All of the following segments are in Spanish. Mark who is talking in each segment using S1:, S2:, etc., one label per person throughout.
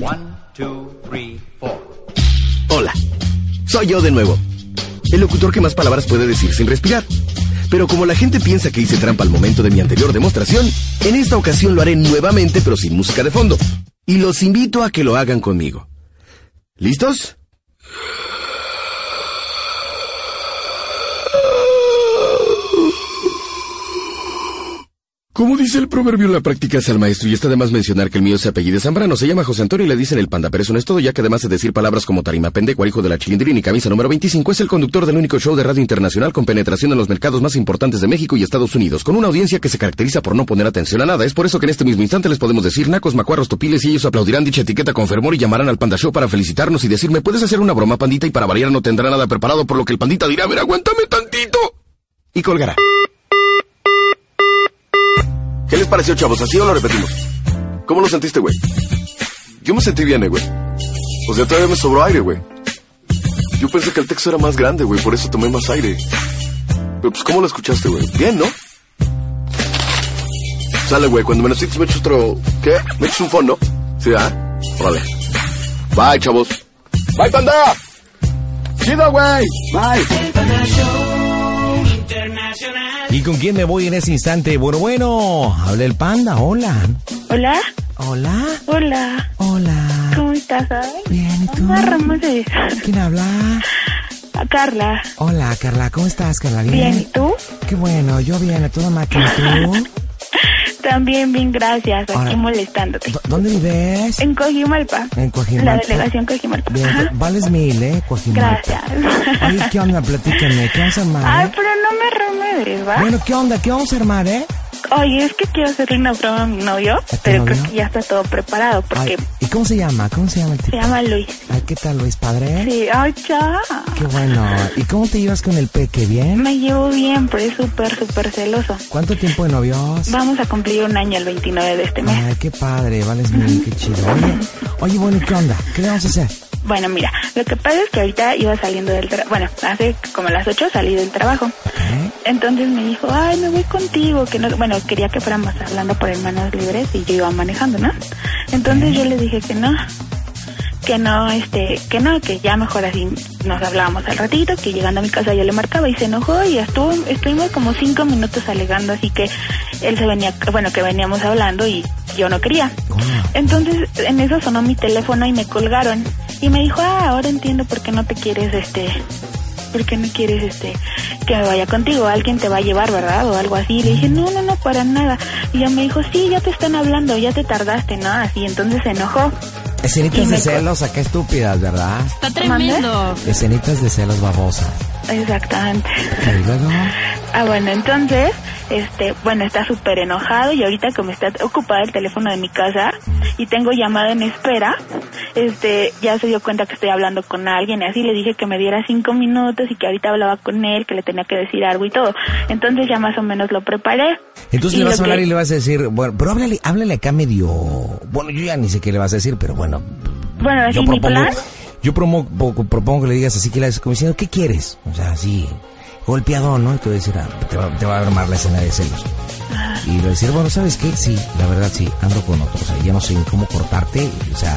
S1: One, two, three, four.
S2: Hola, soy yo de nuevo. El locutor que más palabras puede decir sin respirar. Pero como la gente piensa que hice trampa al momento de mi anterior demostración, en esta ocasión lo haré nuevamente pero sin música de fondo. Y los invito a que lo hagan conmigo. ¿Listos? Como dice el proverbio, la práctica es al maestro y está de más mencionar que el mío se apellida Zambrano, se llama José Antonio y le dicen el panda, pero eso no es todo, ya que además de decir palabras como tarima pendejo, hijo de la chilindrina y camisa número 25, es el conductor del único show de radio internacional con penetración en los mercados más importantes de México y Estados Unidos, con una audiencia que se caracteriza por no poner atención a nada. Es por eso que en este mismo instante les podemos decir nacos, macuarros, topiles y ellos aplaudirán dicha etiqueta con fervor y llamarán al panda show para felicitarnos y decirme, ¿puedes hacer una broma, pandita? Y para variar no tendrá nada preparado, por lo que el pandita dirá, a ver, aguántame tantito. Y colgará. ¿Qué les pareció, chavos? ¿Así o lo repetimos? ¿Cómo lo sentiste, güey? Yo me sentí bien, eh, güey. O sea, todavía me sobró aire, güey. Yo pensé que el texto era más grande, güey, por eso tomé más aire. Pero pues, ¿cómo lo escuchaste, güey? Bien, ¿no? Sale, güey, cuando me necesites me echas otro... ¿Qué? ¿Me echas un fondo? Sí, ¿ah? Vale. Bye, chavos. Bye, panda. Chido, güey. Bye.
S3: ¿Y con quién me voy en ese instante? Bueno, bueno, habla el panda, hola.
S4: Hola,
S3: Hola,
S4: hola,
S3: hola.
S4: ¿cómo estás? ay?
S3: Bien, ¿y tú?
S4: Hola, Ramírez.
S3: ¿Quién habla?
S4: A Carla,
S3: Hola, Carla, ¿cómo estás, Carla?
S4: bien, ¿y tú?
S3: Qué bueno, yo bien, a toda máquina, ¿tú?
S4: También bien, gracias, aquí
S3: Ahora.
S4: molestándote.
S3: ¿Dó- ¿Dónde vives?
S4: En Cojimalpa.
S3: En Coajimalpa.
S4: La delegación Cojimalpa.
S3: Bien,
S4: Ajá.
S3: vales mil, ¿eh? Coajimalpa.
S4: Gracias.
S3: Oye, ¿qué onda? Platícame, ¿qué vamos a armar,
S4: Ay, pues,
S3: eh?
S4: pero no me remedes, ¿va?
S3: Bueno, ¿qué onda? ¿Qué vamos a armar, eh?
S4: Oye, es que quiero hacerle una broma a mi novio,
S3: tu
S4: pero
S3: novio?
S4: creo que ya está todo preparado porque
S3: Ay, ¿Y cómo se llama? ¿Cómo se llama el
S4: se
S3: tipo?
S4: llama Luis.
S3: Ay, ¿qué tal, Luis, padre?
S4: Sí, ay, ya.
S3: Qué bueno. ¿Y cómo te llevas con el peque, bien?
S4: Me llevo bien, pero es súper, súper celoso.
S3: ¿Cuánto tiempo de novios?
S4: Vamos a cumplir un año el 29 de este mes.
S3: Ay, qué padre, vales mil, qué chido. Oye, oye, bueno, ¿y ¿qué onda? ¿Qué le vamos a hacer?
S4: Bueno, mira, lo que pasa es que ahorita iba saliendo del trabajo. Bueno, hace como las 8 salí del trabajo.
S3: ¿Eh?
S4: Entonces me dijo, ay, me voy contigo. que no Bueno, quería que fuéramos hablando por hermanos libres y yo iba manejando, ¿no? Entonces yo le dije que no. Que no, este, que no, que ya mejor así nos hablábamos al ratito, que llegando a mi casa yo le marcaba y se enojó y estuvo, estuvimos como cinco minutos alegando, así que él se venía, bueno, que veníamos hablando y yo no quería.
S3: ¿Cómo?
S4: Entonces, en eso sonó mi teléfono y me colgaron. Y me dijo, ah, ahora entiendo por qué no te quieres, este, por qué no quieres, este, que me vaya contigo. Alguien te va a llevar, ¿verdad? O algo así. Le dije, no, no, no, para nada. Y ella me dijo, sí, ya te están hablando, ya te tardaste, ¿no? Así, entonces se enojó.
S3: Escenitas
S4: Y
S3: de
S4: me co-
S3: celos, acá estúpidas, ¿verdad?
S5: Está tremendo.
S3: Escenitas de celos babosas.
S4: Exactamente.
S3: Y luego,
S4: Ah, bueno, entonces, este, bueno, está súper enojado y ahorita como está ocupado el teléfono de mi casa y tengo llamada en espera, este, ya se dio cuenta que estoy hablando con alguien y así le dije que me diera cinco minutos y que ahorita hablaba con él, que le tenía que decir algo y todo. Entonces ya más o menos lo preparé.
S3: entonces
S4: Y
S3: le vas
S4: lo
S3: a hablar
S4: que-
S3: y le vas a decir, bueno, pero háblale, háblale acá medio. Bueno, yo ya ni sé qué le vas a decir, pero bueno.
S4: Bueno, así
S3: Yo
S4: mi
S3: propongo,
S4: plan.
S3: yo promo- po- propongo que le digas así que le haces como diciendo, ¿qué quieres? O sea, así, golpeado, ¿no? Y te voy a decir, ah, te, va, te va a armar la escena de celos. Y le voy a decir, bueno, ¿sabes qué? Sí, la verdad sí, ando con otros. O sea, ya no sé cómo cortarte. O sea,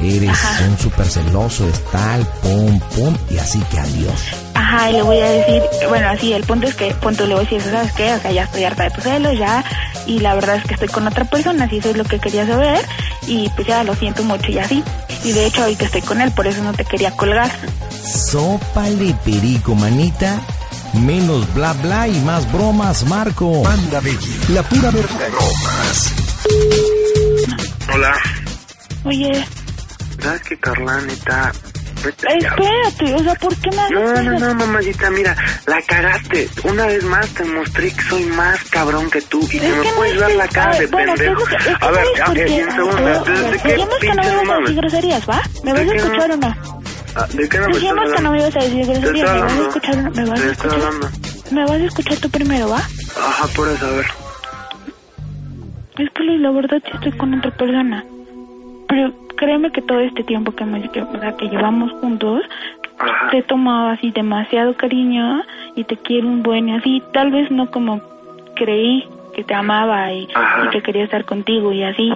S3: eres un súper celoso, es tal, pum, pum, y así que adiós.
S4: Ajá, y le voy a decir, bueno, así, el punto es que, punto le voy a decir, ¿sabes qué? O sea, ya estoy harta de tus celos, ya, y la verdad es que estoy con otra persona, si eso es lo que quería saber, y pues ya lo siento mucho y así. Y de hecho ahorita estoy con él, por eso no te quería colgar.
S3: Sopa de perico, manita. Menos bla bla y más bromas, Marco.
S6: Panda Belly, la pura verdad. Bromas.
S7: Hola.
S4: Oye,
S7: ¿Sabes qué, Carla, neta? Vete a la-
S4: espérate, o sea, ¿por qué me
S7: No,
S4: haces
S7: no,
S4: eso?
S7: no, mamacita, mira, la cagaste. Una vez más te mostré que soy más cabrón que tú y
S4: Es
S7: que me
S4: que no
S7: puedes
S4: es
S7: dar
S4: que-
S7: la
S4: a
S7: cara
S4: ver,
S7: de
S4: bueno,
S7: pendejo.
S4: entonces, es que
S7: A ver,
S4: ¿sabes
S7: a
S4: por
S7: ver,
S4: qué?
S7: un segundo. ¿Desde qué
S4: Dijimos que no
S7: pinche no
S4: ibas a decir
S7: mames?
S4: groserías, ¿va? ¿Me vas a
S7: ¿De qué no?
S4: escuchar o no?
S7: Ah, ¿De qué no me
S4: Dijimos
S7: estás
S4: que no
S7: hablando?
S4: me ibas a decir
S7: Te estoy
S4: groserías, ¿me vas a
S7: hablando.
S4: escuchar o no? ¿Me vas a
S7: Te estoy
S4: escuchar?
S7: hablando.
S4: ¿Me vas a escuchar tú primero, va?
S7: Ajá, por eso, a ver.
S4: Es que Luis, la verdad sí estoy con otra persona. Pero créeme que todo este tiempo que, me, que, o sea, que llevamos juntos,
S7: Ajá.
S4: te he tomado así demasiado cariño y te quiero un buen y así. Tal vez no como creí que te amaba y,
S7: Ajá.
S4: y que quería estar contigo y así.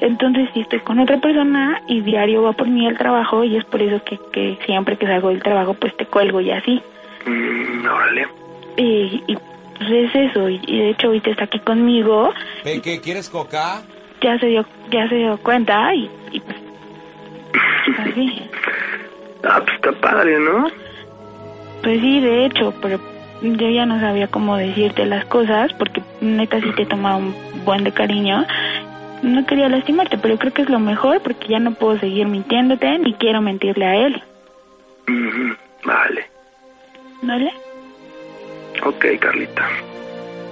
S4: Entonces, si estoy con otra persona y diario va por mí al trabajo y es por eso que, que siempre que salgo del trabajo pues te cuelgo y así.
S7: Mm, órale.
S4: Y, y, pues es eso, y, y de hecho ahorita está aquí conmigo,
S5: Ve, ¿Qué? ¿Quieres coca?
S4: ya se dio, ya se dio cuenta y, y pues así.
S7: Ah, pues está padre, ¿no?
S4: Pues sí, de hecho, pero yo ya no sabía cómo decirte las cosas porque neta sí te tomaba un buen de cariño. No quería lastimarte, pero creo que es lo mejor porque ya no puedo seguir mintiéndote ni quiero mentirle a él.
S7: Ujú, Vale.
S4: ¿Vale?
S7: Ok, Carlita.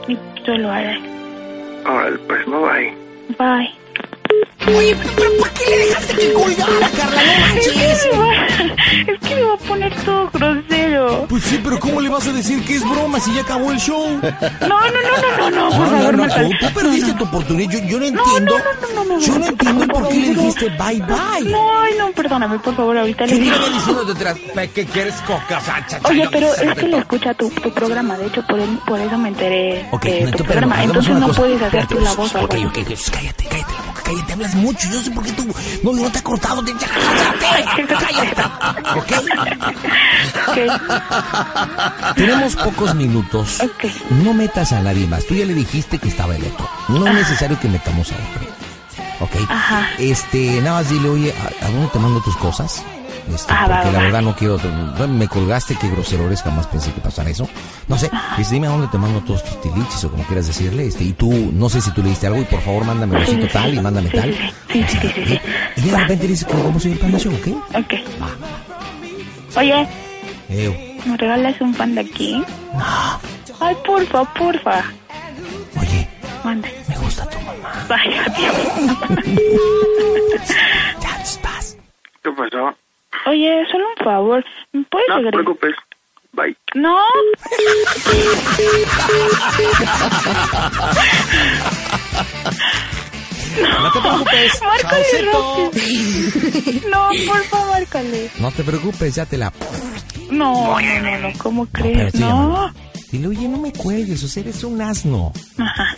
S4: Y solo a él.
S7: Órale, pues, bye bye.
S4: Bye.
S8: Oye, pero ¿por qué le dejaste que colgara, Carla? No manches.
S4: Es que me va- es que me va a poner todo grosero.
S5: Pues sí, pero ¿cómo le vas a decir que es broma si ya acabó el show?
S4: No, no, no, no, no, no, por
S3: No,
S4: favor,
S3: no,
S4: Marta.
S3: no, tú, tú perdiste tu oportunidad. Yo, yo no entiendo.
S4: no, no, no,
S3: yo no entiendo por qué le
S4: no.
S3: dijiste bye bye.
S4: No, ay, no, perdóname, por favor, ahorita le
S3: Yo
S4: digo.
S3: iba diciéndote atrás.
S5: ¿Qué quieres coca? Sa, cha, cha,
S4: Oye,
S5: no,
S4: pero
S5: se
S4: es que le
S5: te-
S4: escucha tu, tu programa, de hecho, por, él- por eso me enteré
S3: Ok,
S4: de tu
S3: entonces, perdón,
S4: programa.
S3: hagamos
S4: Entonces
S3: una
S4: no
S3: cosa.
S4: puedes hacer
S3: Espérate,
S4: tú la voz o
S3: Ok,
S4: algo.
S3: ok, ok, cállate, cállate la boca, cállate, hablas mucho. Yo sé por qué tú no, no te ha cortado. Ya, cállate, cállate. Ok.
S4: Ok,
S3: Tenemos pocos minutos.
S4: Ok.
S3: No metas a nadie más. Tú ya le dijiste que estaba el otro. No es necesario que metamos a otro. Ok.
S4: Ajá.
S3: Este, nada más dile, oye, ¿a, a dónde te mando tus cosas? Este,
S4: Ah, va,
S3: porque
S4: va,
S3: la
S4: va.
S3: verdad no quiero. no, Me colgaste, qué grosero eres, jamás pensé que pasara eso. No sé, este, dime a dónde te mando todos tus tiliches o como quieras decirle. Este, y tú, no sé si tú le diste algo y por favor mándame
S4: Sí,
S3: besito
S4: sí,
S3: tal y
S4: sí.
S3: mándame
S4: Sí,
S3: tal.
S4: sí, sí, sí, sí, sí.
S3: Y de repente dice que vamos a ir para la show, ¿ok?
S4: ok. Oye,
S3: Eh,
S4: ¿me regalas un pan de aquí? Ay, porfa, porfa.
S3: oye,
S4: Manda.
S3: me gusta tu mamá.
S4: Vaya, Dios.
S3: Ya, estás.
S7: ¿Qué pasó?
S4: Oye, solo un favor. ¿Me puedes
S7: No te
S4: agregar?
S7: preocupes. Bye.
S4: No.
S5: No te preocupes.
S4: Márcale,
S5: Chaucito.
S4: Rocky. No, porfa, márcale.
S3: No te preocupes, ya te la.
S4: No, no, no, no, ¿cómo
S3: No, pero
S4: crees?
S3: estoy
S4: No.
S3: llamando. Dile, oye, no me cuelgues, o sea, eres un asno.
S4: Ajá.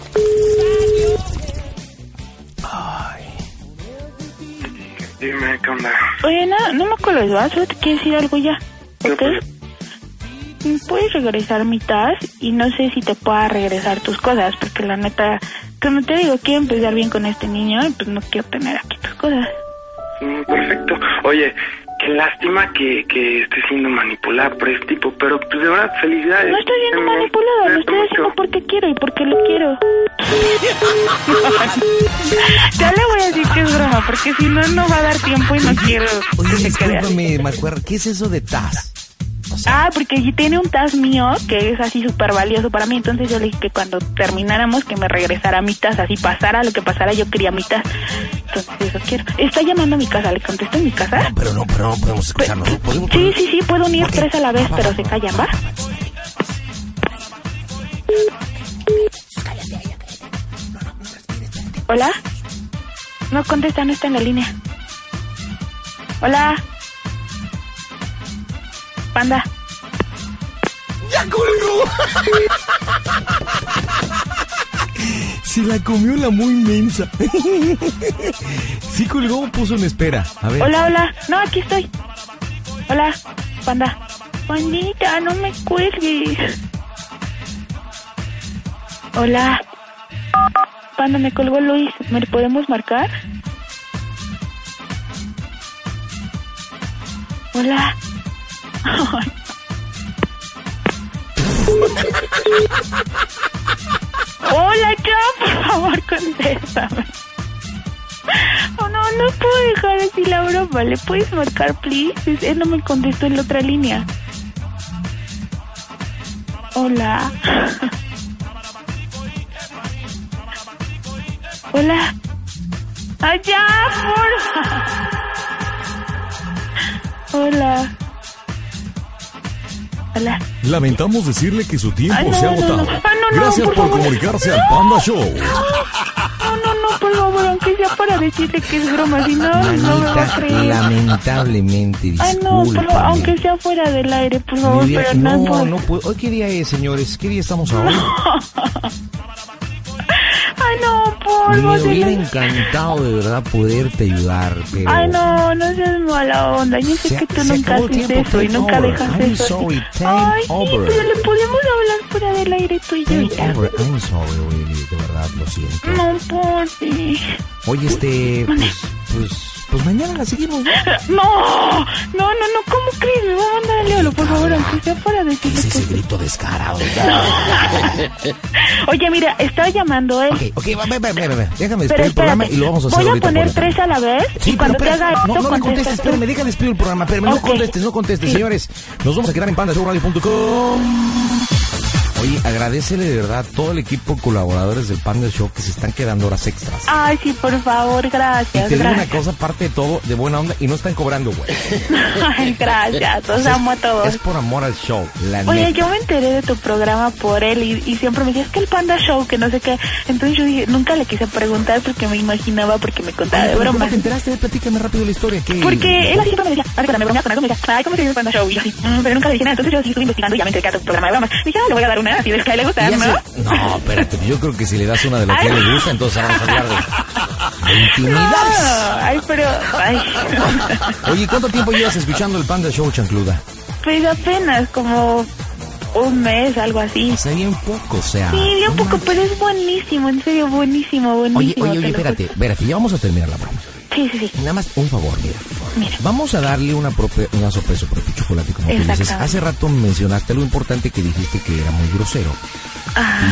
S7: Dime, ¿qué onda?
S4: Oye, no, no me acuerdo, ¿verdad? Solo te quiero decir algo ya.
S7: ¿Qué
S4: ¿Ok?
S7: pasó?
S4: ¿Me Puedes regresar mi tas y no sé si te pueda regresar tus cosas, porque la neta, como te digo, quiero empezar bien con este niño y pues no quiero tener aquí tus cosas.
S7: Mm, Perfecto. Oye, qué lástima que, que esté siendo manipulada por este tipo, pero pues de verdad, felicidades.
S4: No estoy siendo
S7: Me-
S4: manipulada,
S7: me
S4: lo estoy
S7: gusta
S4: haciendo
S7: mucho.
S4: porque quiero y porque lo quiero. ya le voy a decir que es broma, porque si no, no va a dar tiempo y no quiero que
S3: Oye,
S4: se quede así.
S3: discúlpame, Marcuerra, ¿qué es eso de Taz? O sea,
S4: Ah, porque allí tiene un tas mío que es así súper valioso para mí. Entonces yo le dije que cuando termináramos que me regresara mi tas, así pasara lo que pasara, yo quería mi tas. Entonces eso quiero. Está llamando a mi casa, le contesto en mi casa.
S3: no, pero no, pero no podemos escucharnos. ¿no? ¿Podemos,
S4: Pues, Sí, sí, sí, puedo unir
S3: Ok. Ah,
S4: tres a la vez,
S3: Va, va,
S4: pero
S3: va,
S4: se
S3: va,
S4: callan,
S3: va,
S4: ¿va? Hola. No contesta, no está en la línea. Hola. Panda.
S3: Se la comió la muy inmensa. sí colgó puso en espera. A ver.
S4: Hola, hola. No, aquí estoy. Hola, panda. Pandita, no me cuelgues. Hola. Panda, me colgó Luis. ¿Me podemos marcar? Hola. Hola, ya, por favor, contéstame. Oh, no, no puedo dejar así la broma. ¿Le puedes marcar, please? Es- Él no me contestó en la otra línea. Hola. Hola. Ah, Allá, por Hola. Hola.
S9: Lamentamos decirle que su tiempo
S4: Ay, no,
S9: se ha
S4: no, no.
S9: agotado.
S4: Ay, no, no,
S9: Gracias
S4: por
S9: por,
S4: favor.
S9: comunicarse al Panda Show.
S4: No, no, no, por favor, aunque sea para decirte que es broma, si no, no me va a
S3: Manita,
S4: creer.
S3: lamentablemente,
S4: Ay, Ah, no,
S3: disculpa.
S4: pero aunque sea fuera del aire, por favor, pero no,
S3: no,
S4: por-
S3: no puedo. ¿Hoy qué día es, señores? ¿Qué día estamos ahora?
S4: polvo.
S3: Me
S4: se
S3: hubiera
S4: le-
S3: encantado de verdad poderte ayudar, pero...
S4: Ay, no, no seas mala onda. Yo sé
S3: Se-
S4: que tú
S3: se
S4: nunca
S3: acabó el
S4: haces
S3: tiempo,
S4: eso y
S3: time
S4: nunca
S3: over.
S4: dejas
S3: I'm
S4: eso.
S3: sorry, time
S4: Ay, sí,
S3: over.
S4: pero le podemos hablar fuera del aire tú y yo
S3: I'm
S4: ya.
S3: over, I'm sorry, Willy, de verdad, lo siento.
S4: No, por ti.
S3: Oye, este, pues, pues, pues mañana la seguimos. ¿no?
S4: No, no, no, no, ¿cómo crees? Me voy a mandar a Leolo, por favor, aunque sea para
S3: ¿Qué
S4: decirle
S3: es ese
S4: que...
S3: grito descarado?
S4: Oye, mira, estaba llamando él.
S3: ok, ok, va, ve, ve, ve, ve, ve. Déjame
S4: Pero
S3: despedir el
S4: espérate,
S3: programa y lo vamos a hacer
S4: voy a
S3: ahorita
S4: poner
S3: por la
S4: tres
S3: tarde.
S4: a la vez y
S3: Sí, pero
S4: cuando te haga
S3: espérate,
S4: esto,
S3: no, no me contestes,
S4: contestas tú.
S3: espérame, deja despedir el programa, espérame,
S4: Ok.
S3: no contestes, no contestes, señores. Nos vamos a quedar en pandashowradio.com. Oye, agradecele de verdad a todo el equipo colaboradores del Panda Show que se están quedando horas extras.
S4: Ay, sí, por favor,
S3: Y
S4: gracias,
S3: te digo una
S4: Ah, gracias.
S3: cosa, aparte de todo, de buena onda, y no están cobrando, güey.
S4: Ay, gracias, os amo a
S3: Es
S4: todos.
S3: por amor al show, la
S4: Oye,
S3: neta.
S4: yo me enteré de tu programa por él y, y siempre me decía, es que el Panda Show, que no sé qué. Entonces yo dije, nunca le quise preguntar porque me imaginaba, porque me contaba de
S3: Pero ¿Cómo
S4: bromas.
S3: te enteraste? Platícame rápido la historia. ¿qué?
S4: Porque él así siempre me decía, ay, pero me bromeas con algo, me decía, ay, ¿cómo te llama el Panda Show? Y yo así, "Mm", pero nunca le dije nada. Entonces yo sí estuve investigando y ya me enteré que era tu programa de bromas. Y dije, ah, le voy a dar una, si ves que a él le gusta,
S3: Y
S4: ¿no?
S3: ya se- No, espérate, yo creo que si le das una de lo que
S4: Ay.
S3: le gusta, entonces vamos a hablar de, de intimidades.
S4: No, ay, pero, ay.
S3: Oye, ¿cuánto tiempo llevas escuchando el Panda Show, Chancluda?
S4: Pues apenas como un mes, algo así.
S3: O sea, bien poco, o sea.
S4: Sí, bien
S3: no
S4: poco,
S3: manches.
S4: pero es buenísimo, en serio, buenísimo,
S3: Oye,
S4: buenísimo.
S3: oye, oye,
S4: te lo juro.
S3: espérate, espérate, ya vamos a terminar la broma.
S4: Sí, sí, sí.
S3: Nada más un favor, mira.
S4: Mira.
S3: Vamos a darle una, prope- una sorpresa propio chocolate, como tú dices.
S4: Exactamente.
S3: Hace rato mencionaste lo importante que dijiste que era muy grosero.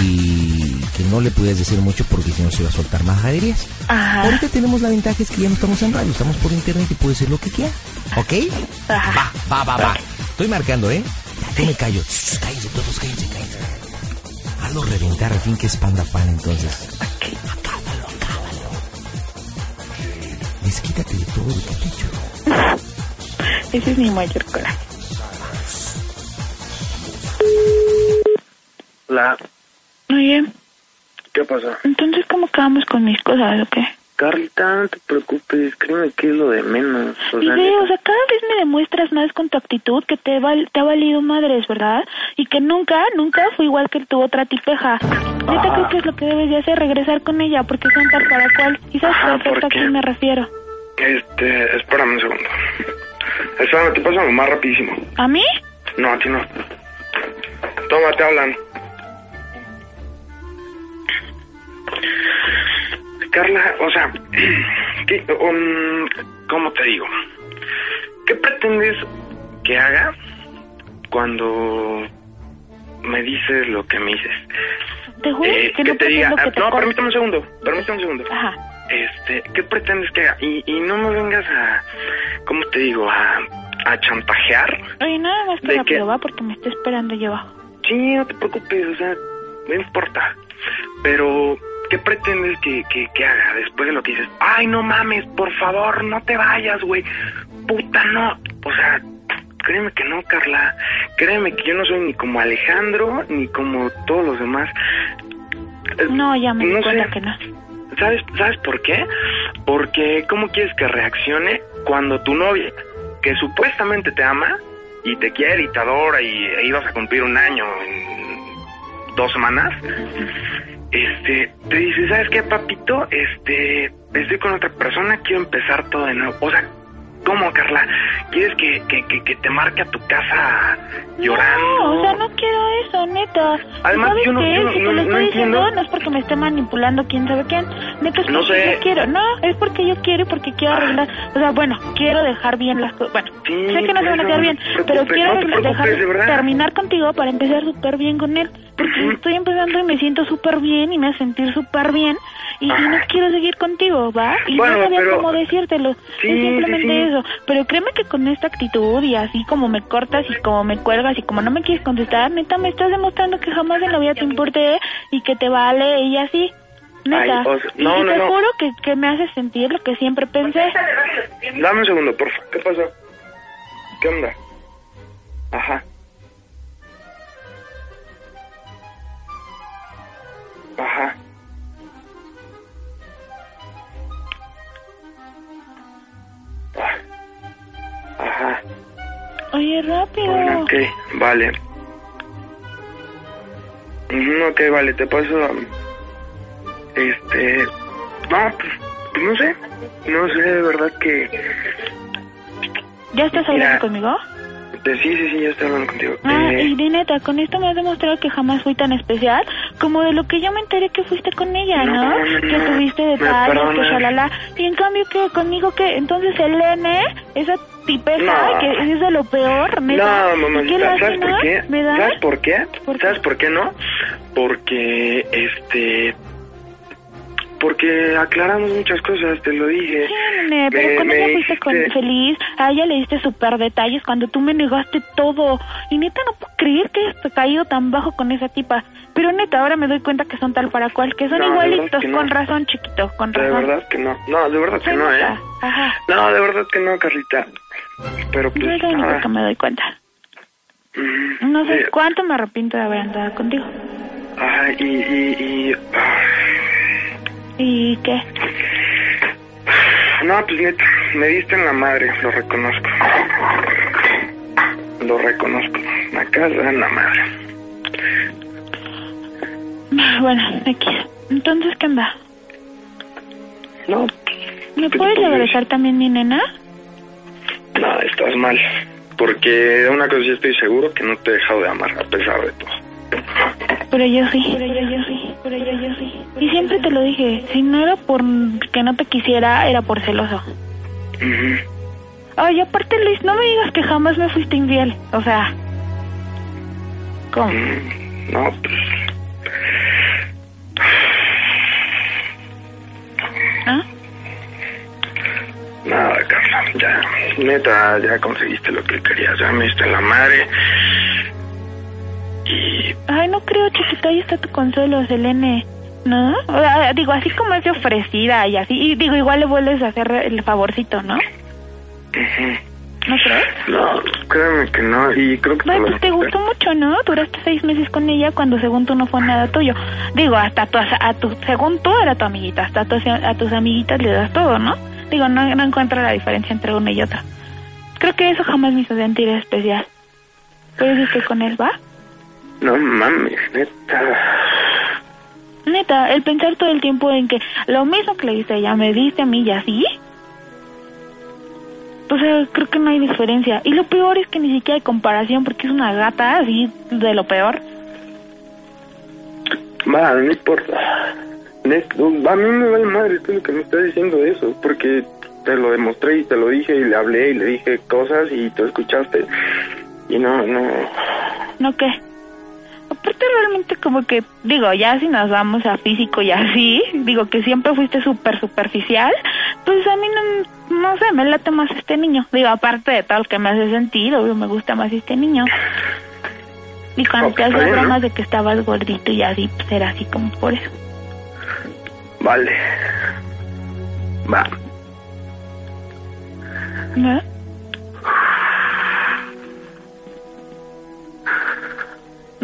S3: Y que no le podías decir mucho porque si no se iba a soltar más aéreas.
S4: Ajá.
S3: Ahorita tenemos la ventaja es que ya no estamos en radio, estamos por internet y puede ser lo que quiera. ¿Ok?
S4: Ajá.
S3: Va, va, va, va. Estoy marcando, ¿eh? Ya, Yo me callo. Shh, Cállense todos, cállense, cállense. Hazlo reventar al fin que es panda pan entonces. Acábalo, acábalo. Desquítate de todo lo que te he hecho.
S4: Ese es mi mayor coraje.
S7: La...
S4: Oye,
S7: ¿Qué pasó?
S4: entonces, ¿cómo acabamos con mis cosas o qué?
S7: Carlita, no te preocupes, créeme que es lo de menos. O
S4: Y
S7: sea,
S4: ve,
S7: Pues neta.
S4: o sea, cada vez me demuestras más con tu actitud que te, val- te ha valido madres, ¿verdad? Y que nunca, nunca fue igual que tu otra tipeja. Neta, creo que es lo que debes de hacer, regresar con ella, porque son tal para cual. Y sabes
S7: Ajá,
S4: perfecto a
S7: porque-
S4: quién me refiero.
S7: Este, espérame un segundo. Espérame, te paso a mamá rapidísimo.
S4: ¿A mí?
S7: No, a ti no. Toma, te hablan. Carla, o sea, ¿qué, um, ¿cómo te digo? ¿Qué pretendes que haga cuando me dices lo que me dices?
S4: Te juro
S7: Eh,
S4: que
S7: que
S4: no
S7: te diga,
S4: pretendo
S7: ah,
S4: que te
S7: no,
S4: corte.
S7: permítame un segundo, permítame un segundo.
S4: Ajá.
S7: Este, ¿qué pretendes que haga? Y, y no me vengas a, ¿cómo te digo? A, a chantajear.
S4: Oye, nada más que
S7: ¿De
S4: rápido,
S7: qué?
S4: va, porque me está esperando yo abajo.
S7: Sí, no te preocupes, o sea, no importa. Pero, ¿qué pretendes que, que, que haga después de lo que dices? Ay, no mames, por favor, no te vayas, güey. Puta, no. O sea, créeme que no, Carla. Créeme que yo no soy ni como Alejandro, ni como todos los demás. Eh,
S4: No, ya me di
S7: no
S4: cuenta
S7: sé.
S4: que no.
S7: ¿Sabes, ¿Sabes por qué? Porque ¿cómo quieres que reaccione cuando tu novia, que supuestamente te ama y te quiere y te adora y e ibas a cumplir un año en dos semanas, este, te dice, ¿sabes qué, papito? Este, estoy con otra persona, quiero empezar todo de nuevo. O sea, ¿cómo, Carla? ¿Quieres que, que, que, que te marque a tu casa llorando?
S4: No, o sea, no quiero eso, neta.
S7: Además,
S4: ¿Sabes
S7: yo no-
S4: qué?
S7: yo no-
S4: si te
S7: no-
S4: lo estoy
S7: no
S4: diciendo,
S7: entiendo.
S4: no es porque me esté manipulando quién sabe quién. Neta, es
S7: No
S4: porque
S7: sé. Ah.
S4: yo quiero. No, es porque yo quiero y porque quiero arreglar. O sea, bueno, quiero dejar bien las cosas. Bueno,
S7: Sí,
S4: sé que no
S7: por
S4: se van a
S7: eso,
S4: quedar bien,
S7: no te
S4: pero
S7: preocupes,
S4: quiero
S7: no te preocupes,
S4: dejar
S7: de verdad.
S4: terminar contigo para empezar súper bien con él. Porque
S7: Ujú.
S4: estoy empezando y me siento súper bien y me hace sentir súper bien. Y, y no
S7: Ajá.
S4: quiero seguir contigo, ¿va? Y no
S7: Bueno,
S4: sabía
S7: pero-
S4: cómo decírtelo.
S7: Sí,
S4: es simplemente
S7: sí, sí.
S4: eso. Pero créeme que con esta actitud y así como me cortas y como me cuelgas y como no me quieres contestar, neta, me estás demostrando que jamás en la vida te importé y que te vale y así. Neta.
S7: Ay, o sea, no,
S4: y
S7: no,
S4: te
S7: no.
S4: juro que, que me hace sentir lo que siempre pensé.
S7: Dame un segundo, porfa. ¿Qué pasó? ¿Qué onda? Ajá. Ajá. Ah. Ajá.
S4: Oye, rápido.
S7: Pues, Bueno, ok, vale. Mm, Ujú, Ok, vale, te paso. um, Este. No, pues, pues no sé. No sé, de verdad que.
S4: ¿Ya estás
S7: Mira.
S4: hablando conmigo?
S7: de- sí, sí, sí, ya estoy hablando contigo.
S4: Ah,
S7: Eh,
S4: y de neta, con esto me has demostrado que jamás fui tan especial como de lo que yo me enteré que fuiste con ella, ¿no?
S7: No, no,
S4: que
S7: no,
S4: tuviste
S7: me
S4: detalles, que
S7: perdonas.
S4: shalala. Y en cambio, que ¿Conmigo que Entonces, Elene, esa tipeja
S7: No.
S4: que es de lo peor, neta.
S7: No, mamá,
S4: ¿y qué lástima
S7: ¿sabes por qué?
S4: me da?
S7: ¿Sabes por qué?
S4: ¿Por qué?
S7: ¿Sabes por qué no? Porque, este... Porque aclaramos muchas cosas, te lo dije.
S4: Sí, nene, pero
S7: Me-
S4: con
S7: me
S4: ella fuiste con
S7: dijiste-
S4: feliz, a ella le diste super detalles cuando tú me negaste todo. Y neta, no puedo creer que hayas caído tan bajo con esa tipa. Pero neta, ahora me doy cuenta que son tal para cual, que son
S7: No, de verdad
S4: igualitos,
S7: que no.
S4: con razón, chiquito, con
S7: De
S4: razón.
S7: verdad que no. No, de verdad que
S4: Soy
S7: no, ¿eh?
S4: neta, Ajá,
S7: No, de verdad que no, Carlita. Pero
S4: yo es
S7: pues
S4: lo único
S7: nada.
S4: que me doy cuenta.
S7: Mm,
S4: No sé
S7: eh,
S4: cuánto me arrepiento de haber andado contigo.
S7: ay, y, y, y... ah.
S4: ¿Y qué?
S7: No, pues neta, me diste en la madre, lo reconozco. Lo reconozco. La casa en la madre.
S4: Bueno, aquí. Entonces, ¿qué onda?
S7: No,
S4: ¿Me
S7: ¿Qué te
S4: puedes
S7: puedo
S4: regresar también mi nena?
S7: No, estás mal. Porque de una cosa yo estoy seguro que no te he dejado de amar a pesar de todo.
S4: Pero yo sí. Pero yo, yo sí. Pero yo, yo sí. Y siempre te lo dije, si no era por que no te quisiera, era por celoso.
S7: Ujú.
S4: Ay, aparte Luis, no me digas que jamás me fuiste infiel. O sea, ¿cómo?
S7: No, pues
S4: ¿Ah?
S7: nada, Carla. Ya, neta, ya conseguiste lo que querías. Ya me diste en la madre. Y
S4: Ay, no creo, chiquita, ahí está tu consuelo, Selene. ¿No? O sea, digo, así como es de ofrecida y así. Y digo, igual le vuelves a hacer el favorcito, ¿no? ¿No crees?
S7: no, créeme que no. Y creo que
S4: Ay,
S7: lo
S4: pues te gustó
S7: ¿eh?
S4: mucho, ¿no? Duraste seis meses con ella cuando según tú no fue nada tuyo. Digo, hasta tu, a tu, según tú era tu amiguita, hasta tu- a tus amiguitas le das todo, ¿no? Digo, no, no encuentro la diferencia entre una y otra. Creo que eso jamás me hizo sentir especial. Pero eso estoy con él, ¿va?
S7: No mames, neta.
S4: Neta, el pensar todo el tiempo en que lo mismo que le hice a ella, me diste a mí y así. O sea, creo que no hay diferencia. Y lo peor es que ni siquiera hay comparación porque es una gata así de lo peor.
S7: Va, no importa. Neta, a mí me vale madre tú lo que me estás diciendo eso, porque te lo demostré y te lo dije y le hablé y le dije cosas y tú escuchaste. Y no, no.
S4: ¿No qué? Aparte realmente como que, digo, ya si nos vamos a físico y así, digo que siempre fuiste súper superficial, pues a mí no, no sé, me late más este niño. Digo, aparte de tal que me hace sentido, me gusta más este niño. Y cuando
S7: Ok,
S4: te hacía
S7: está bien, ¿no?
S4: bromas de que estabas gordito y así, pues era así como por eso.
S7: Vale. Va.
S4: ¿No?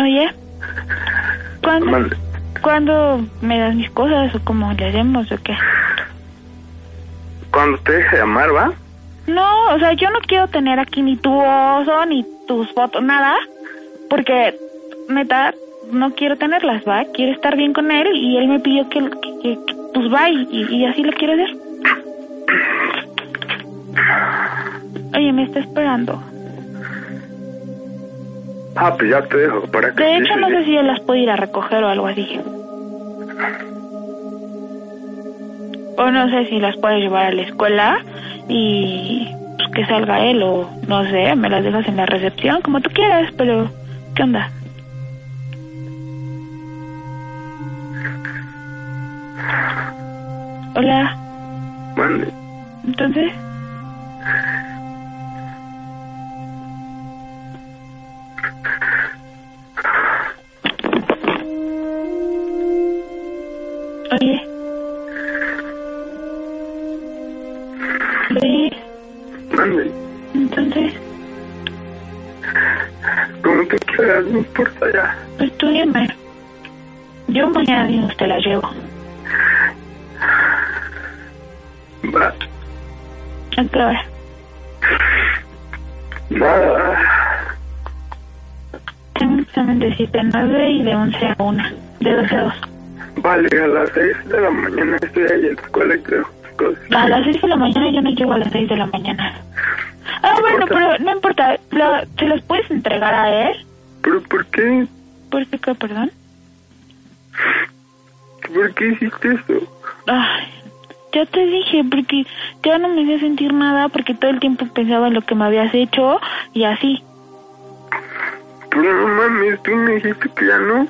S4: Oye, ¿cuándo,
S7: Mande.
S4: ¿cuándo me das mis cosas o cómo le haremos o qué?
S7: Cuando te deje de amar, ¿va?
S4: No, o sea, yo no quiero tener aquí ni tu oso, ni tus fotos, nada, porque neta, no quiero tenerlas, ¿va? Quiero estar bien con él y él me pidió que, que, que- que, pues va y, y así lo quiero hacer. Oye, me está esperando.
S7: Ah, pues ya te dejo para que...
S4: De
S7: sí,
S4: hecho,
S7: sí,
S4: no
S7: sí.
S4: sé si él las puede ir a recoger o algo así. O no sé si las puede llevar a la escuela y pues, que salga él o no sé, me las dejas en la recepción, como tú quieras, pero ¿qué onda? Hola,
S7: Mande.
S4: entonces... Oye. Oye,
S7: Mande.
S4: entonces,
S7: Como tú quieras, no importa ya.
S4: pues tú dime. Yo mañana mismo te la llevo. ¿A
S7: Va.
S4: qué hora?
S7: Nada.
S4: Tengo un examen de 7 a 9 y de 11 a 1. De 12 a 2.
S7: Vale, a las 6 de la mañana estoy ahí en la escuela y creo.
S4: A las 6 de la mañana yo no llego a las 6 de la mañana. Ah, bueno, pero no importa. la- ¿Se los puedes entregar a él?
S7: ¿Pero por qué?
S4: ¿Por qué, qué, perdón?
S7: ¿Por qué hiciste eso?
S4: Ay, ya te dije, porque ya no me hacía sentir nada porque todo el tiempo pensaba en lo que me habías hecho y así.
S7: Pero no mames, tú me dijiste que ya no.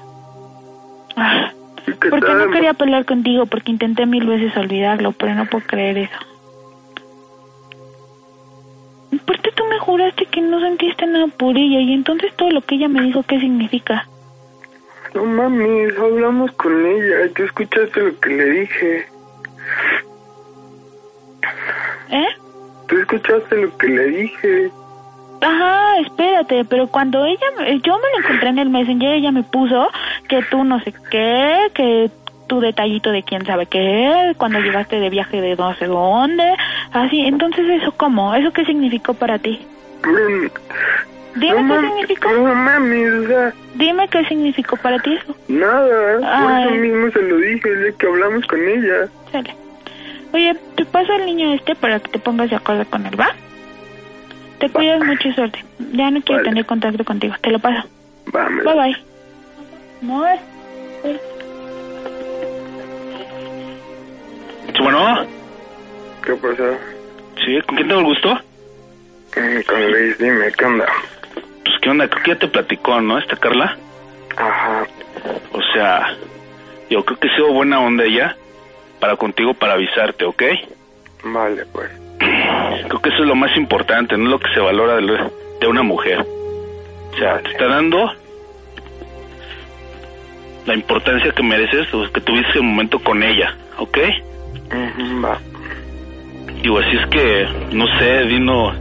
S4: Ah,
S7: y que
S4: Porque
S7: estaba-
S4: no quería pelear contigo, porque intenté mil veces olvidarlo, pero no puedo creer eso. Aparte tú me juraste que no sentiste nada por ella y entonces todo lo que ella me dijo, ¿qué significa?
S7: No mames, hablamos con ella. Tú escuchaste lo que le dije.
S4: ¿Eh?
S7: Tú escuchaste lo que le dije.
S4: Ajá, espérate, pero cuando ella, me- yo me la encontré en el Messenger, ella me puso que tú no sé qué, que tu detallito de quién sabe qué, cuando llegaste de viaje de no sé dónde, así, entonces eso cómo, eso qué significó para ti?
S7: Pero,
S4: Dime qué
S7: no, mames,
S4: significó,
S7: no mames, o sea,
S4: dime qué significó para ti eso,
S7: nada.
S4: Ay.
S7: Por eso mismo se lo dije el día que hablamos con ella.
S4: sale. Oye, te paso el niño este para que te pongas de acuerdo con él, ¿va? Te cuidas mucho y suerte, ya no quiero
S7: Vale.
S4: tener contacto contigo, te lo paso.
S7: Vamos.
S4: Bye bye. Amor.
S10: Bueno,
S7: ¿Qué pasó?
S10: sí, ¿con quién tengo el gusto?
S7: Eh, Con Luis, dime, ¿qué onda?
S10: Pues, ¿qué onda? Creo que ya te platicó, ¿no? Esta Carla.
S7: Ajá.
S10: O sea, yo creo que he sido buena onda ella para contigo para avisarte, ¿ok?
S7: Vale, pues.
S10: Creo que eso es lo más importante, no lo que se valora de, lo- de una mujer. O sea, te está dando la importancia que mereces, pues, que tuviste ese momento con ella, ¿ok?
S7: Ujú, Va.
S10: Digo, así es que, no sé, Dino,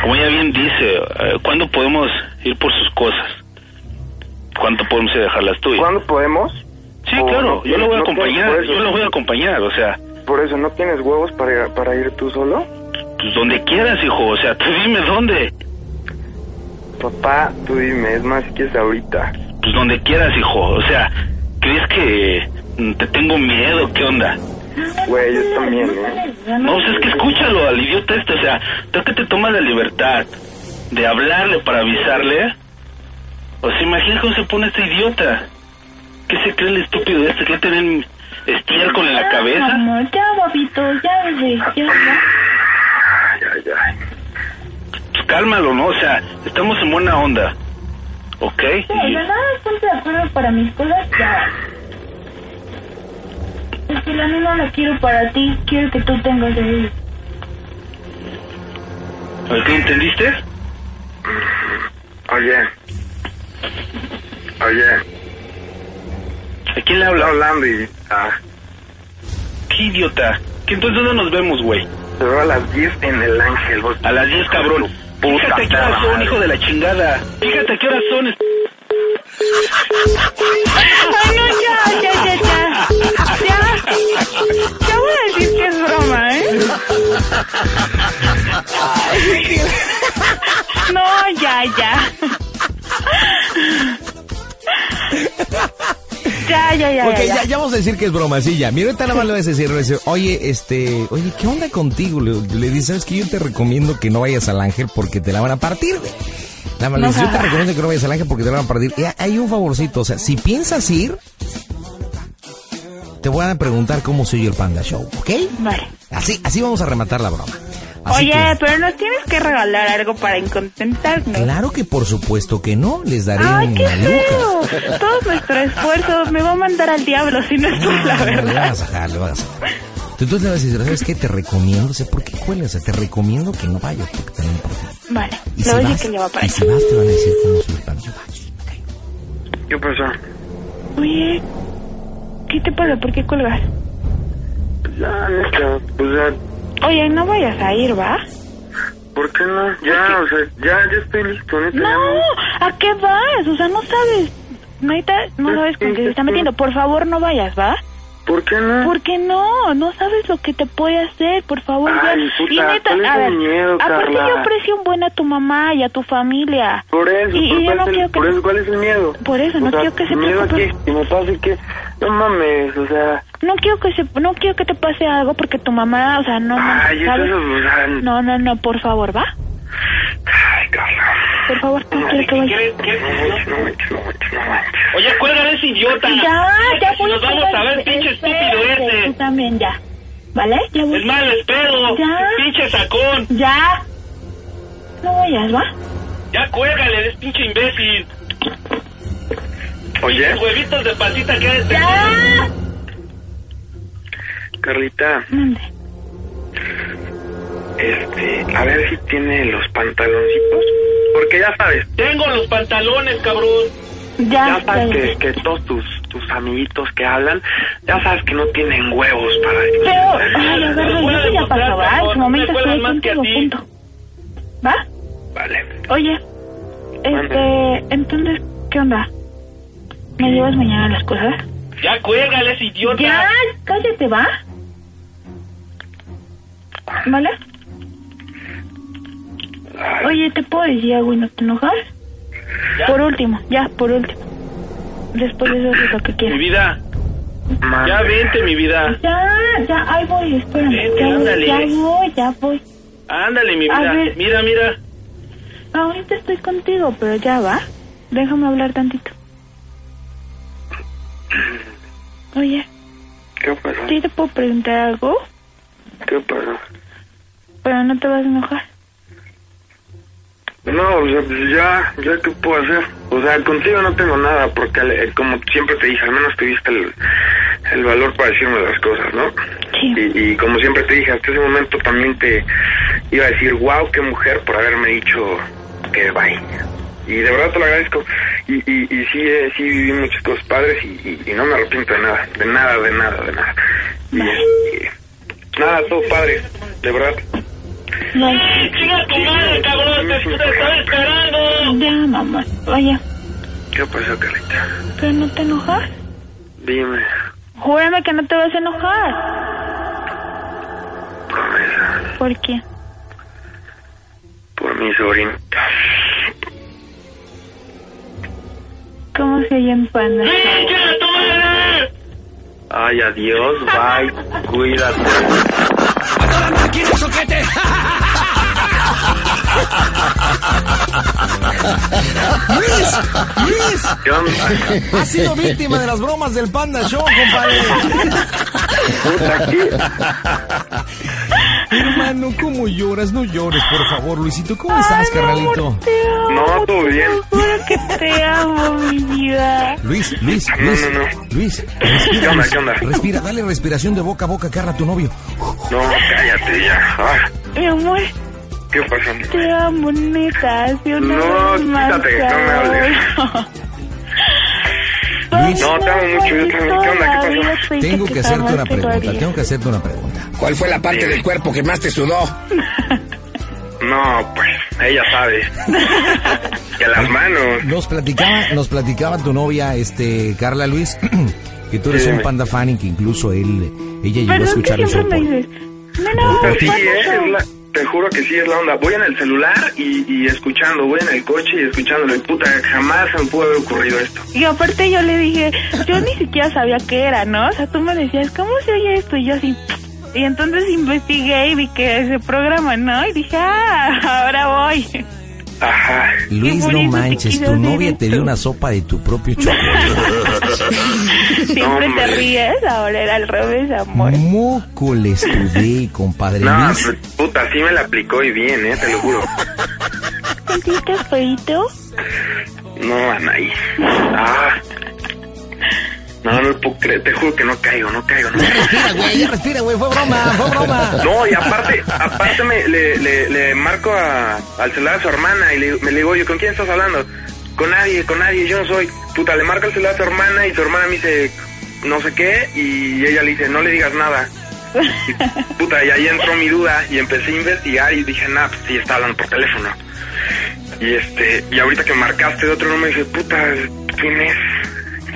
S10: como ella bien dice, eh, ¿cuándo podemos ir por sus cosas? ¿Cuánto podemos ir a dejar las tuyas?
S7: ¿Cuándo podemos?
S10: Sí,
S7: o
S10: claro,
S7: no
S10: yo la voy
S7: tienes-
S10: a
S7: no
S10: acompañar,
S7: tienes huesos?
S10: yo la voy a acompañar, o sea,
S7: Por eso, ¿no tienes huevos para, para ir tú solo?
S10: pues donde quieras, hijo, o sea, tú dime dónde.
S7: Papá, tú dime, es más, si quieres ahorita.
S10: Pues donde quieras, hijo, o sea, ¿crees que mm, te tengo miedo? ¿Qué onda?
S7: Güey, yo también, ¿eh?
S10: No, pues es que escúchalo al idiota este, o sea, tú que te tomas la libertad de hablarle para avisarle. O sea, imagina cómo se pone este idiota. ¿Qué se cree el estúpido este? ¿Que tienen estiércol en la
S4: Ya,
S10: cabeza?
S4: amor, ya, papito, ya, bebé, ya, ya.
S7: Ay, ay, ay.
S10: Pues cálmalo, ¿no? O sea, estamos en buena onda. ¿Ok?
S4: Sí, de
S10: Y-
S4: verdad, ponte de acuerdo para mis cosas, ya. Es que la nena la quiero para ti, quiero que tú tengas de ella.
S10: ¿ok? ¿Entendiste?
S7: Oye. Oye.
S10: ¿A quién le
S7: Está
S10: habla?
S7: hablando y... Ah,
S10: ¿Qué idiota? ¿Que entonces no nos vemos, güey?
S7: se va a las 10 en el ángel. vos-
S10: A las 10, cabrón.
S7: Puta
S10: Fíjate a qué horas son,
S7: madre.
S10: hijo de la chingada. Fíjate a qué horas son. este,
S4: Ay, no, ya, ya, ya, ya. Ya, ya voy a decir que es broma, ¿eh? No, ya, ya. Ya, ya, ya,
S3: Ok,
S4: ya, ya.
S3: ya, ya vamos a decir que es broma, sí, ya. Mira, ahorita nada más le vas a decir, le vas a decir, oye, este, oye, ¿qué onda contigo? Le, le dices, ¿sabes qué? Yo te recomiendo que no vayas al ángel porque te la van a partir, güey. Nada más le dices, yo te recomiendo que no vayas al ángel porque te la van a partir. Y hay un favorcito, o sea, si piensas ir, te voy a preguntar cómo se oye el Panda Show, ¿ok?
S4: Vale.
S3: Así, así vamos a rematar la broma. Así
S4: Oye,
S3: que-
S4: pero nos tienes que regalar algo para incontentarnos.
S3: Claro que por supuesto que no, les daré
S4: Ay, qué
S3: una luca.
S4: feo. Todo nuestro esfuerzo me va a mandar al diablo si no es por la
S3: No, Le
S4: verdad.
S3: vas a sacar, le vas a sacar. Entonces le vas a decir, ¿sabes qué? Te recomiendo, o sea, ¿por qué cuelgas? O sea, te recomiendo que no vayas porque te van a partir.
S4: Vale,
S3: Y
S4: le voy a
S3: vas,
S4: decir que lleva para
S3: y
S4: allá.
S3: si vas, te van a decir cómo se van a
S7: ¿Qué pasó?
S4: Oye, ¿qué te pasa? ¿Por qué colgas?
S7: Ya, neta. O sea,
S4: Oye, no vayas a ir, ¿va?
S7: ¿por qué no? Ya, o sea, ya, ya estoy listo, neta.
S4: No, ¿a qué vas? O sea, no sabes. Neta, no sabes con qué se está metiendo. Por favor, no vayas, ¿va?
S7: ¿Por qué no?
S4: ¿Por qué no? No sabes lo que te puede hacer, por favor. ya.
S7: Ay, puta,
S4: y neta,
S7: ¿cuál es
S4: a
S7: el
S4: ver,
S7: miedo,
S4: aparte
S7: Carla?
S4: yo aprecio un buen a tu mamá y a tu familia.
S7: Por eso,
S4: Y- y
S7: por,
S4: yo
S7: cuál
S4: no
S7: es el-
S4: quiero que-
S7: por eso, ¿cuál es el miedo?
S4: Por eso, no quiero que se
S7: miedo a
S4: preocupen.
S7: que, que me pase que, No mames, o sea.
S4: No quiero que se, no quiero que te pase algo porque tu mamá, o sea, no, no,
S7: Ay,
S4: ¿sabes?
S7: entonces, o sea,
S4: no, no, no, por favor, ¿va? Por favor, no quiero que vaya.
S10: Oye, cuelga ese idiota.
S4: Ya, ya voy
S10: Nos vamos a ver, pinche estúpido
S4: Espérate,
S10: ese.
S4: Tú también ya. ¿Vale? Ya voy.
S10: Es mal pedo.
S4: Ya.
S10: Pinche sacón.
S4: Ya. No vayas, ¿va?
S10: Ya cuélgale, eres pinche imbécil.
S7: Oye,
S10: Tus huevitos de patita que eres.
S4: Ya.
S7: Carlita,
S4: Mande.
S7: este, a ver si tiene los pantaloncitos. Porque ya sabes,
S10: Tengo los pantalones, cabrón.
S4: Ya.
S7: ya sabes que, que todos tus, tus amiguitos que hablan, ya sabes que no tienen huevos para
S4: Pero, ay, a ver, yo que ya pasó, ¿va? En su momento
S10: Me
S4: estoy
S10: cuelan más que a
S4: contigo,
S10: ti.
S4: punto. ¿Va?
S7: Vale.
S4: Oye,
S7: Mande.
S4: este, entonces, ¿qué onda? ¿Me llevas mañana las cosas?
S10: Ya cuélgale ese idiota.
S4: Ya, cállate, ¿va? ¿Vale? Oye, ¿te puedo decir algo y no te enojas? Por último, ya, por último. Después de eso es lo que
S10: Mi
S4: quieras.
S10: vida.
S7: Mande.
S10: Ya vente, mi vida.
S4: Ya, ya, ahí voy, espérame.
S10: Vete,
S4: Ya voy,
S10: ándale.
S4: ya voy, ya voy.
S10: Ándale, mi
S4: A
S10: vida.
S4: ver.
S10: Mira, mira.
S4: Ahorita estoy contigo, pero ya va. Déjame hablar tantito. Oye,
S7: ¿Qué pasó?
S4: ¿sí te puedo preguntar algo?
S7: ¿Qué pasó?
S4: Pero no te vas a enojar.
S7: No, o sea, pues ya, ya qué puedo hacer. O sea, contigo no tengo nada, porque al- eh, como siempre te dije, al menos tuviste el, el valor para decirme las cosas, ¿no?
S4: Sí.
S7: Y, y como siempre te dije, hasta ese momento también te iba a decir, wow, qué mujer por haberme dicho que bye. Y de verdad te lo agradezco. Y, y, y sí, eh, sí viví muchas cosas padres y, y- y no me arrepiento de nada, de nada, de nada, de nada. Y, este, nada, todo padre, de verdad.
S4: No,
S10: Chinga tu madre, cabrón. Te, te estaba esperando.
S4: ya, mamá. Oye,
S7: ¿Qué pasó, Carlita?
S4: pero no te enojas.
S7: Dime,
S4: Júrame que no te vas a enojar.
S7: promesa.
S4: ¿Por qué?
S7: Por mi sobrinita.
S4: ¿Cómo se llama panda?
S10: Chinga tu madre.
S7: Ay, adiós, bye, cuídate.
S3: ¡Luis! ¡Luis!
S7: ¿Qué onda?
S3: Ha sido víctima de las bromas del Panda Show, compadre.
S7: Puta, ¿qué?
S3: Hermano, ¿cómo lloras? No llores, por favor, Luisito. ¿Cómo estás, carnalito?
S4: Te amo,
S7: No, todo
S4: te
S7: bien.
S4: juro que te amo, mi vida.
S3: Luis, Luis,
S7: No,
S3: Luis,
S7: no, no.
S3: Luis, respira,
S7: ¿Qué onda,
S3: Luis.
S7: qué onda?
S3: respira, dale respiración de boca a boca, Carla, a tu novio.
S7: No, cállate ya. Ah,
S4: Mi amor,
S7: ¿Qué pasó?
S4: te amo, neta. Hace una
S7: No,
S4: vez más
S7: quítate, no me hables.
S4: Vamos,
S7: No, te amo mucho, yo también. ¿Qué onda? ¿Qué pasó?
S4: todavía soy
S3: Tengo
S4: te
S3: que hacerte una
S4: amaste
S3: pregunta,
S4: todavía.
S3: tengo que hacerte una pregunta.
S6: ¿Cuál fue la parte del cuerpo que más te sudó?
S7: No, pues, ella sabe. Que las manos.
S3: Nos platicaba, nos platicaba tu novia, este, Carla Luis, que tú eres
S7: Sí,
S3: un
S7: dime.
S3: panda fan y que incluso él, ella llegó a
S4: Perdón que
S3: escuchar el
S4: siempre
S3: show.
S4: me
S3: por-
S4: dices. No, no,
S7: Pero sí,
S4: ¿cuándo
S7: eh,
S4: son?
S7: es la- te juro que sí es la onda. Voy en el celular y, y escuchando, voy en el coche y escuchándolo. Y puta, jamás se me pudo haber ocurrido esto.
S4: Y aparte yo le dije, yo ni siquiera sabía qué era, ¿no? O sea, tú me decías, ¿cómo se oye esto? Y yo así... Y entonces investigué y vi que ese programa, ¿no? Y dije, ah, ahora voy.
S7: Ajá.
S3: Luis,
S4: Qué
S3: no
S4: bonito que
S3: manches, tu
S4: quiso hacer
S3: novia te dio
S4: esto.
S3: una sopa de tu propio chocolate.
S4: Siempre te
S7: Hombre.
S4: ríes, ahora era al revés, amor.
S3: Mm. Moco le estudié, compadre
S7: No, pues,
S3: Luis.
S7: puta, sí me la aplicó y bien, eh, te lo juro.
S4: ¿Sentiste feito?
S7: No, Anaí. Ah. No, no puedo creer. Te juro que no caigo, no caigo, no caigo.
S3: Respira, güey, ya respira, güey, fue broma, fue broma.
S7: No, y aparte, aparte me, le, le, le marco a, al celular a su hermana y le, me le digo, oye, ¿con quién estás hablando? Con nadie, con nadie, yo no soy. Puta, le marca el celular a su hermana y su hermana me dice, no sé qué, y ella le dice, no le digas nada. Y, puta, y ahí entró mi duda y empecé a investigar y dije, nah, pues sí, está hablando por teléfono. Y este, y ahorita que marcaste de otro número, dije, puta, ¿quién es?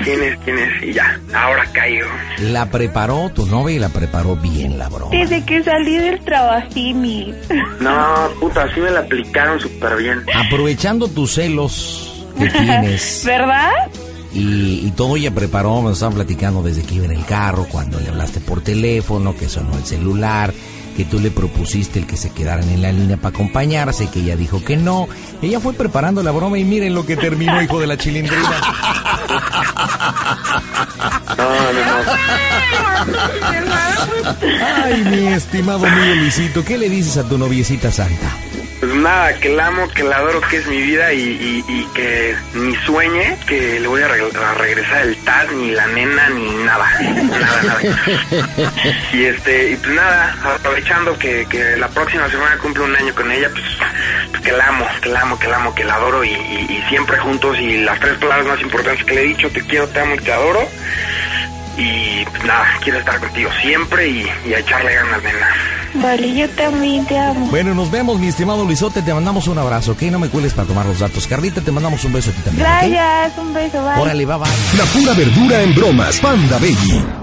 S7: ¿Quién es? ¿Quién es? Y ya, ahora caigo.
S3: La preparó tu novia y la preparó bien la broma.
S4: Desde que salí del trabajini.
S7: No, puta, así me la aplicaron súper bien.
S3: Aprovechando tus celos que tienes,
S4: ¿Verdad?
S3: Y, y todo ella preparó, me lo estaban platicando desde que iba en el carro, cuando le hablaste por teléfono, que sonó el celular, que tú le propusiste el que se quedaran en la línea para acompañarse, que ella dijo que no. Ella fue preparando la broma y miren lo que terminó, hijo de la chilindrina. Ay, mi estimado amigo Luisito, ¿qué le dices a tu noviecita santa?
S10: Pues nada, que la amo, que la adoro, que es mi vida y, y- y que ni sueñe que le voy a, re- a regresar el TAS, ni la nena, ni nada. Nada, nada. Y este, y pues nada, aprovechando que, que la próxima semana cumplo un año con ella, pues, pues que la amo, que la amo, que la amo, que la adoro y, y- y siempre juntos y las tres palabras más importantes que le he dicho, te quiero, te amo y te adoro. Y pues nada, quiero estar contigo siempre y, y a echarle ganas, nena.
S4: Vale, yo también te amo.
S3: Bueno, nos vemos, mi estimado Luisote, te mandamos un abrazo, ¿ok? No me cueles para tomar los datos. Carlita, te mandamos un beso a ti también, ¿ok?
S4: Gracias, un beso, bye.
S3: Órale, bye bye.
S9: La pura verdura en bromas. Panda Baby.